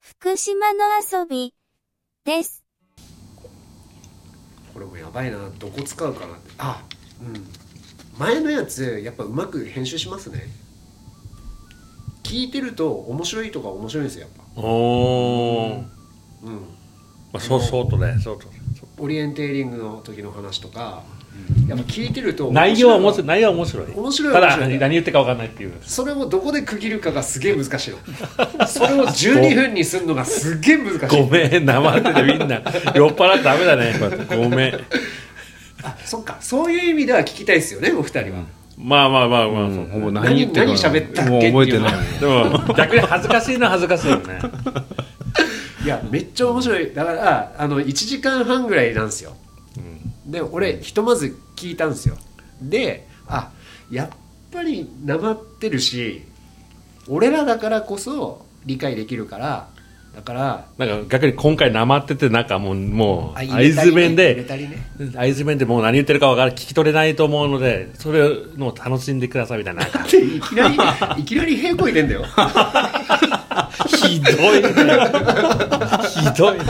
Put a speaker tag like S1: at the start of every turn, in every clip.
S1: 福島の遊びです。
S2: これもやばいなどこ使うかなってあうん前のやつやっぱうまく編集しますね聞いてると面白いとか面白いんですよやっ
S3: おお、ま
S2: ぱうん
S3: あ、そうそうとねそうと
S2: オリエンテーリングの時の話とかやっぱ聞いてると
S3: 内容は面
S2: 面白
S3: 白
S2: い
S3: い内容は面白い
S2: 面白い
S3: ただ
S2: 面白い
S3: 何言ってるか分かんないっていう
S2: それをどこで区切るかがすげえ難しいのそれを12分にするのがすっげえ難しい
S3: ごめん生っててみんな酔っ払ってダメだねこうやってごめ ん
S2: あそっかそういう意味では聞きたいですよねお二人は、
S3: まあまあまあまあ、そう
S4: もう何言ってるか
S2: 何喋ったっけ
S4: もう覚えてない
S2: っ
S3: でも逆に恥ずかしいのは恥ずかしいよね
S2: いやめっちゃ面白いだからあの1時間半ぐらいなんですよ、で俺ひとまず聞いたんですよであやっぱりなまってるし俺らだからこそ理解できるからだから
S3: なんか逆に今回なまっててなんかもうもう
S2: あ
S3: 合図面
S2: 入れ
S3: で
S2: たりね
S3: 合図面でもう何言ってるか分から聞き取れないと思うのでそれをもう楽しんでくださいみたいななんか
S2: 入れたりねっていき なりいきなり平行いてんだよ
S3: ひどいねひどいね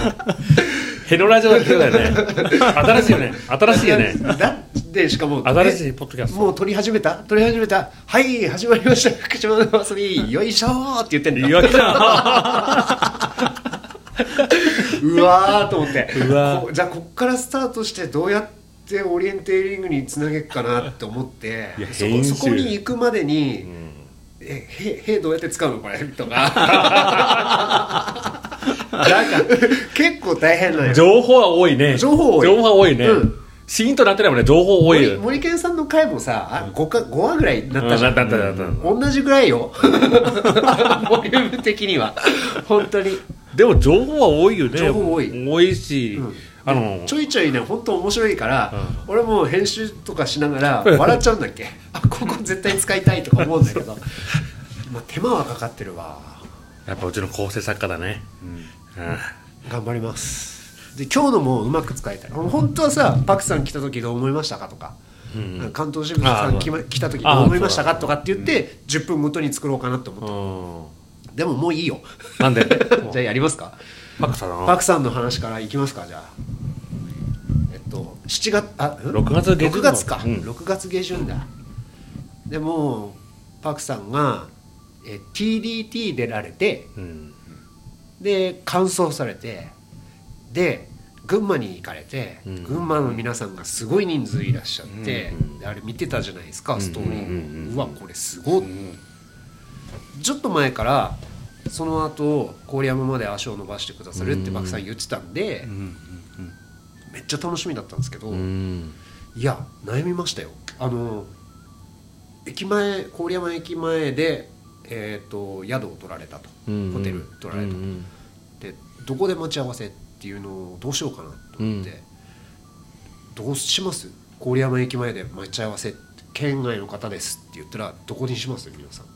S3: ヘロラジオだけだよね新しいよね新しいよね
S2: だでしかも
S3: 新しいポッドキャス
S2: もう撮り始めた撮り始めたはい始まりました福島の遊びよいしょーって言ってん
S3: ト
S2: だ
S3: いいわけじゃん
S2: うわーと思って
S3: うわー
S2: こじゃあこっからスタートしてどうやってオリエンテーリングにつなげっかなって思って
S3: いや
S2: そこ
S3: 編集
S2: そこに行くまでに「えへへどうやって使うのこれ」 とかなんか結構大変なんよ
S3: 情報は多いね
S2: 情報多い
S3: 情報は多いね、
S2: うん
S3: シーンとなってないもんね情報多い
S2: 森
S3: よ
S2: 森健さんの回もさあ 5, か5話ぐらいになったじゃん
S3: うんなったなったなった
S2: 同じぐらいよ ボリューム的には本当に
S3: でも情報は多いよね
S2: 情報多い
S3: 多いし、
S2: うん
S3: あの
S2: ちょいちょいね本当面白いから、俺もう編集とかしながら笑っちゃうんだっけ あここ絶対使いたいとか思うんだけ どまあ手間はかかってるわ
S3: やっぱうちの構成作家だね、うん
S2: 頑張りますで今日のもうまく使いたい本当はさパクさん来た時どう思いましたかとか、関東支部さん来,、ま、来た時どう思いましたかとかって言って、10分ごとに作ろうかなと思って、
S3: うん
S2: でももういいよ
S3: なんで
S2: じゃあやりますか
S3: パクさんな
S2: パクさんの話からいきますかじゃあえっと7月あん
S3: 6月下旬
S2: 6月か、
S3: うん
S2: 6月下旬だでもうパクさんがえ TDT 出られて
S3: うん
S2: で完走されてで群馬に行かれて、
S3: うん
S2: 群馬の皆さんがすごい人数いらっしゃって、であれ見てたじゃないですか、ストーリー、
S3: うんうんうん
S2: うわこれすごっ、ちょっと前からその後郡山まで足を伸ばしてくださるって漠さん言ってたんで、めっちゃ楽しみだったんですけど、
S3: うん
S2: いや悩みましたよあの駅前郡山駅前で、えー、と宿を取られたと、
S3: うん
S2: ホテル取られたと、
S3: うん
S2: でどこで待ち合わせっていうのをどうしようかなと思って、どうします郡山駅前で待ち合わせ県外の方ですって言ったらどこにします皆さん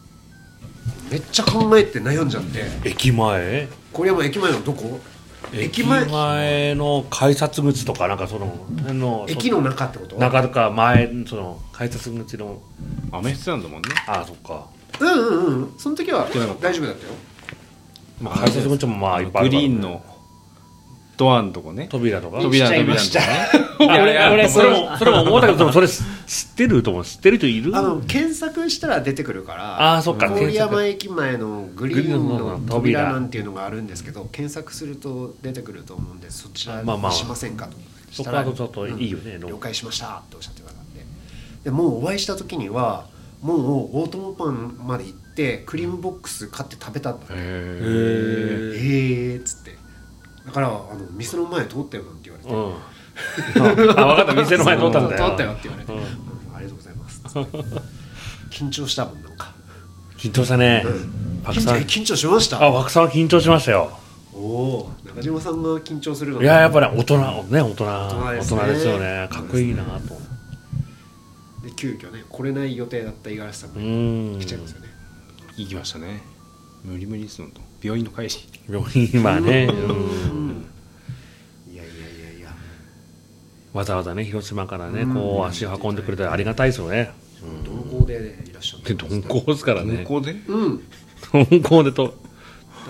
S2: めっちゃ考えて悩んじゃって
S3: 駅前
S2: 郡山駅前のどこ駅
S3: 駅
S2: 前
S3: 前
S2: 駅
S3: の改札口とかなんかその辺の
S2: の中ってこと
S3: 中とか前その改札口の
S4: 雨降ってたんだもんね
S3: ああそっか、
S2: うんうんうんその時は
S4: てなかった
S2: 大丈夫だったよ
S3: まあ、改札口もまあいっぱいあ
S4: グ
S3: るから
S4: リーンのドアのとこね
S3: 扉とか
S4: 扉
S2: しちゃいました
S3: いや
S4: いや
S3: 俺
S4: いや
S3: それもそれも思ったけどでもそれ知ってると思う知ってる人いる
S2: あの検索したら出てくるから
S3: あーそっか
S2: 郡
S3: 検
S2: 山
S3: 索
S2: 駅前のグリーンの
S3: グリーン
S2: 扉
S3: の扉
S2: なんていうのがあるんですけど検索すると出てくると思うんでそちら
S3: まあま
S2: に
S3: あ
S2: しませんかと
S3: そ
S2: した
S3: こ
S2: ら
S3: はちょっといいよね、
S2: うん
S3: の
S2: 了解しましたっておっしゃってくださってでもうお会いした時にはもうオートモパンまで行ってクリームボックス買って食べたんだね
S3: へ
S4: へ
S2: え
S3: え
S2: ーっつってだからあの店の前通ったよなんて言われて
S3: うんあ分かった店の前通ったんだよ
S2: 通ったよって言われて、
S3: うん
S2: うんありがとうございますっつって緊張したもんなんか
S3: 緊張したね、パクさん
S2: 緊張緊張しまし
S3: あ
S2: た
S3: パクさんは緊張しましたよ
S2: おおー中島さんが緊張するの
S3: いややっぱね大人ね大人
S2: 人
S3: 大
S2: です
S3: 人
S2: ね
S3: ですよねかっこいいなと
S2: で急遽ね来れない予定だった五十嵐さん
S3: う
S2: も
S3: ん
S2: 来ちゃいますよね、
S4: 行きましたね無理無理ですのと病院の帰り
S3: 病院はねうん
S2: いやいやいやいや
S3: わざわざね広島からね
S2: うん
S3: こう足を運んでくれてありがたいですよね
S2: 鈍行でいらっしゃっ
S3: で
S2: た
S3: 鈍行ですからね
S4: 向こうで
S2: うん
S3: 鈍行でと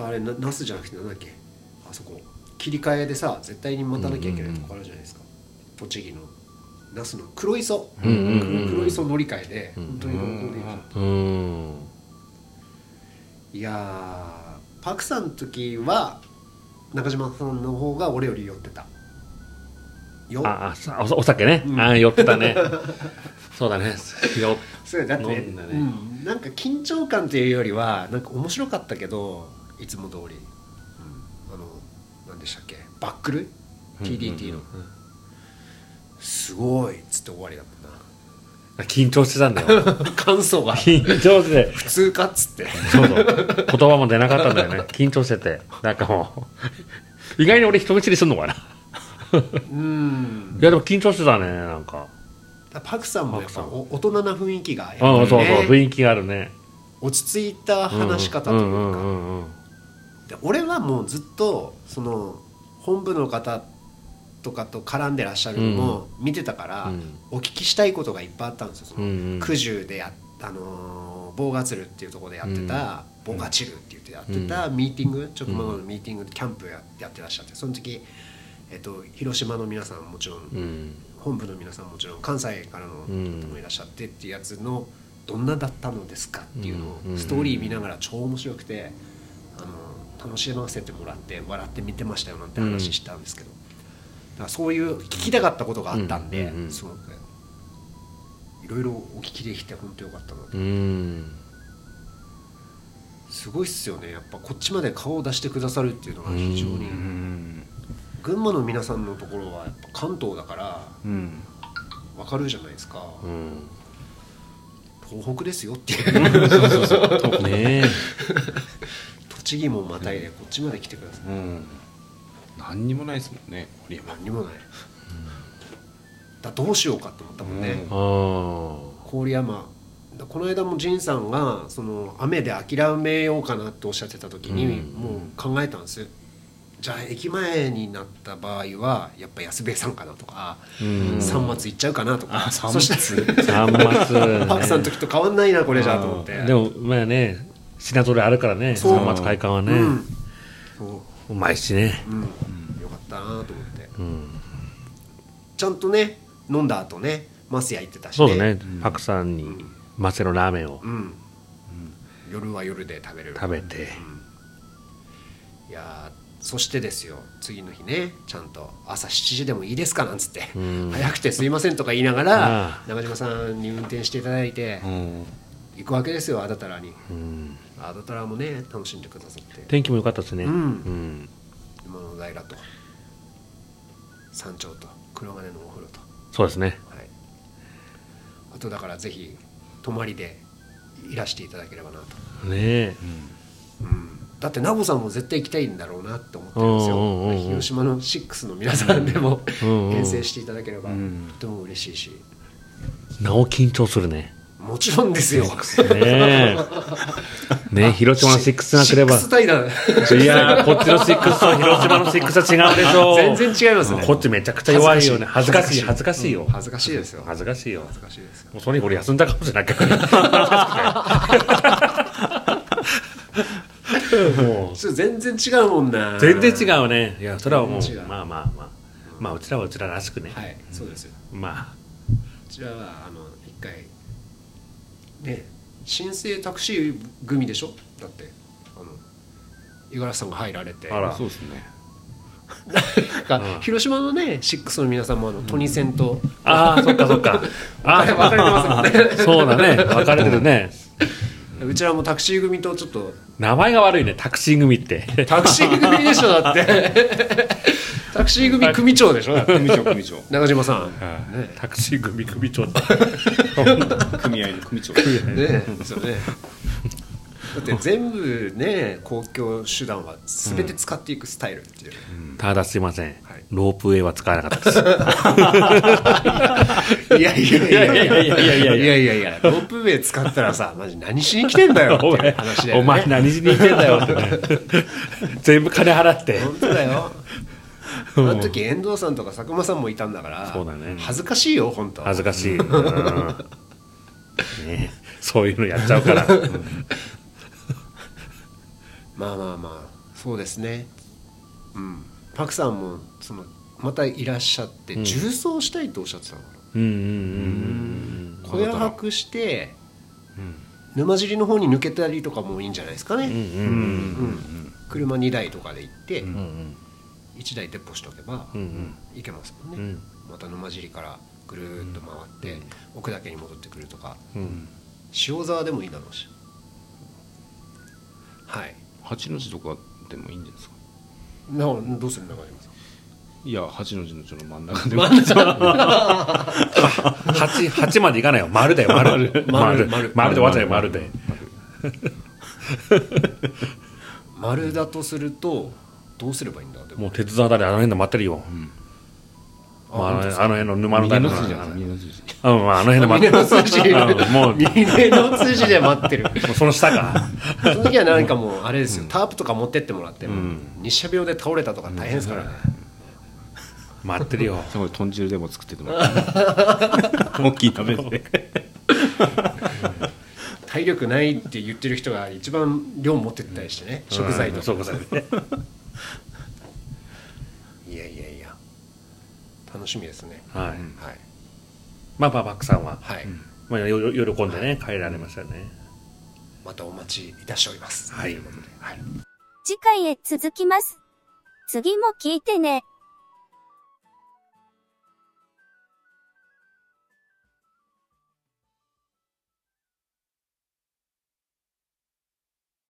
S2: あれなナスじゃなくてなんだっけあそこ切り替えでさ絶対に待たなきゃいけないとこあるじゃないですか、栃木のナスの黒磯、
S4: うんうんうんうん
S2: 黒磯乗り換えで、
S4: うん
S2: 本当に濃厚でいいな
S4: うん
S2: いやーパクさんの時は中島さんの方が俺より酔ってたよ
S3: ああさおお酒ね、
S2: うん
S3: ああ酔ってた ねそうだね酔っ
S2: そうだって
S3: 飲んだね
S2: うんなんか緊張感っていうよりはなんか面白かったけどいつも通り、うん、あの何でしたっけバックル TDT の、すごいっつって終わりだもんな
S3: 緊張してた んだよ
S2: 感想が
S3: 緊張してて
S2: 普通かっつって
S3: そうそう言葉も出なかったんだよね緊張しててなんかもう意外に俺人見知りすんのかない
S2: うん
S3: やでも緊張してたねなんか
S2: パクさんもやっ
S3: パ
S2: ぱ
S3: クさ
S2: お大人な雰囲気がやっぱ
S3: うん、
S2: り
S3: そうそう
S2: ね
S3: 雰囲気があるね
S2: 落ち着いた話し方というか、
S3: んんうんうん
S2: で俺はもうずっとその本部の方とかと絡んでらっしゃるのも見てたから、
S3: うん
S2: お聞きしたいことがいっぱいあったんですよその、
S3: うんうん
S2: 九十でやっあのーボーガツルっていうところでやってた、ボーガチルって言ってやってたミーティング、ちょっと前のミーティングキャンプややってらっしゃってその時、えっと、広島の皆さんもちろん、
S3: うん
S2: 本部の皆さんもちろん関西からの方もいらっしゃってっていうやつのどんなだったのですかっていうの
S3: うん
S2: をストーリー見ながら超面白くてあの楽しませてもらって笑って見てましたよなんて話したんですけど、だからそういう聞きたかったことがあったんで、
S3: うんうんうん
S2: すごくいろいろお聞きできて本当よかったなと
S3: うん
S2: すごいっすよねやっぱこっちまで顔を出してくださるっていうのが非常に
S4: うん
S2: 群馬の皆さんのところはやっぱ関東だから
S4: うん
S2: わかるじゃないですか、
S3: うん
S2: 東北ですよっていう。
S3: ねえ
S2: 栃木もまたいでこっちまで来てください
S4: うん何にもないですもんね堀山
S2: 何にもない、だどうしようかって思ったもんね、
S4: う
S3: あ
S4: ん
S3: ー
S2: 郡山だこの間も仁さんがその雨で諦めようかなっておっしゃってた時に、
S3: うん
S2: もう考えたんですじゃあ駅前になった場合はやっぱ安兵衛さんかなとか、
S3: うん
S2: 三松行っちゃうかなとか
S4: あ三
S2: そ
S4: 松
S2: した ら
S3: 三松ね
S2: パクさんの時と変わんないなこれじゃあと思って
S3: でもまあね品ぞれあるからね
S2: そう
S3: 三松会館はね、
S2: うんそう
S3: まいしね
S2: う、うん、よかったなと思って
S3: うん、
S2: ちゃんとね飲んだ後ねマスヤ行ってたし、
S3: そうだね、パクさんにマセのラーメンを
S2: うん、夜は夜で食べれる
S3: 食べて、
S2: いやーそしてですよ次の日ねちゃんと朝7時でもいいですかなんつって、
S3: ん
S2: 早くてすいませんとか言いながら
S3: あ
S2: 中島さんに運転していただいて
S4: うん
S2: 行くわけですよあだたらに
S3: うん、
S2: あだたらもね楽しんでくださって
S3: 天気も良かったですね、
S2: うん
S3: うん
S2: 今の平と山頂と黒金のお風呂と
S3: そうですね
S2: はい、あとだからぜひ泊まりでいらしていただければなと、
S3: ねえ
S2: うん、だってナボさんも絶対行きたいんだろうなって思ってるんですよ、
S3: うんうんうんうん
S2: 広島の6の皆さんでも
S3: うんうん
S2: 遠征していただければ
S4: うん
S2: とても嬉しいし
S3: なお緊張するね
S2: もちろんです よ
S3: ねえねえ広島のシックスなければ
S2: シックス対談
S3: いやーこっちのシックスと広島のシックスは違うでし ょ
S2: 全然違いますね
S3: こっちめちゃくちゃ弱いよね恥ずかしい恥ずかしいよ
S2: 恥ずかしいですよ
S3: 恥ずかしいよ
S2: 恥ずかしいですよ
S3: もうそれに俺休んだかもしれないけ どねも
S2: ちょっと全然違うもんな
S3: う全然違うねいやそれはも
S2: 全然違
S3: う
S2: う
S3: まあまあまあまあうちらはうちららしくね、
S2: はいそうですよ
S3: ま
S2: こちらはあの一回ね新生タクシー組でしょだってあの五十嵐さんが入られて
S3: あら
S4: そうですね
S2: なんか広島のねシックスの皆さんもあのトニセンと、
S3: ああーそっかそっ かあ
S2: 分かれてますもんね
S3: ーそうだね分かれてるね
S2: うちらもタクシー組とちょっと
S3: 名前が悪いねタクシー組って
S2: タクシー組でしょだって タクシー組組長でしょだって
S4: 組長組長
S2: 中島さん
S3: はい タクシー組組長
S4: 組合の組長
S2: ねですよねだって全部ね公共手段は全て使っていくスタイルっていう、
S3: ただすいません、
S2: はい
S3: ロープウェイは使えなかったです
S2: いやいやいやいやいやいやいやいやいやいや ロープウェイ使ったらさマジ何しに来てんだよって
S3: お
S2: いう
S3: 前
S2: 話だよ、ね、
S3: お前何しに行ってんだよってね全部金払って
S2: 本当だ よあの時遠藤さんとか佐久間さんもいたんだから
S3: そうだね
S2: 恥ずかしいよ本当
S3: 恥ずかしい、うんね、そういうのやっちゃうから、
S2: まあまあまあそうですねうんパクさんもそのまたいらっしゃって、
S3: うん
S2: 重装したいとおっしゃってたのかな
S3: うんうんうん
S2: 小屋泊して
S4: うん
S2: 沼尻の方に抜けたりとかもいいんじゃないですかね、
S3: うんうんう
S4: う
S3: ん
S4: ん
S2: うん車2台とかで行って、
S4: うん
S3: うんうん
S2: 1台鉄砲しておけば
S3: うんうん
S2: 行けますもん
S3: う
S2: ね、
S3: ん
S2: また沼尻からぐるーっと回って、奥岳に戻ってくるとか
S3: うん
S2: 塩沢でもいいだろうしはい
S4: 八の字とかでもいいんじゃないですか
S2: などうする中島さん
S4: いや八の字のちょっと真ん中でも
S2: 真ん中
S3: 八八までいかないよ丸だよ丸丸
S2: 丸
S3: 丸丸で終わっちゃうよ丸で
S2: 丸だとするとどうすればいいんだでも
S3: もう鉄山だねあの辺で待ってるよもうあの辺あの辺の沼の台の
S4: 峰の字じゃ
S3: あ
S4: ない
S3: の
S4: 峰の字
S3: うんまああの辺で待
S2: 峰
S3: って
S2: の筋
S3: うんもうも
S2: 峰の筋で待ってる
S3: うその下か
S2: その時はなんかもうあれですよ、タープとか持ってってもらっても、日射病で倒れたとか大変ですからね、
S3: 待ってるよ
S4: そこで豚汁でも作っててもらって大きい鍋で
S2: 体力ないって言ってる人が一番量持ってったりしてね、食材とか、
S3: 食材で
S2: いやいやいや楽しみですね
S3: はい
S2: はい
S3: まあまあバックさんは
S2: はい、
S3: まあよよ喜んでね帰られましたね
S2: またお待ちいたしております
S3: はい
S2: ということではい
S1: 次回へ続きます。次も聞いてね。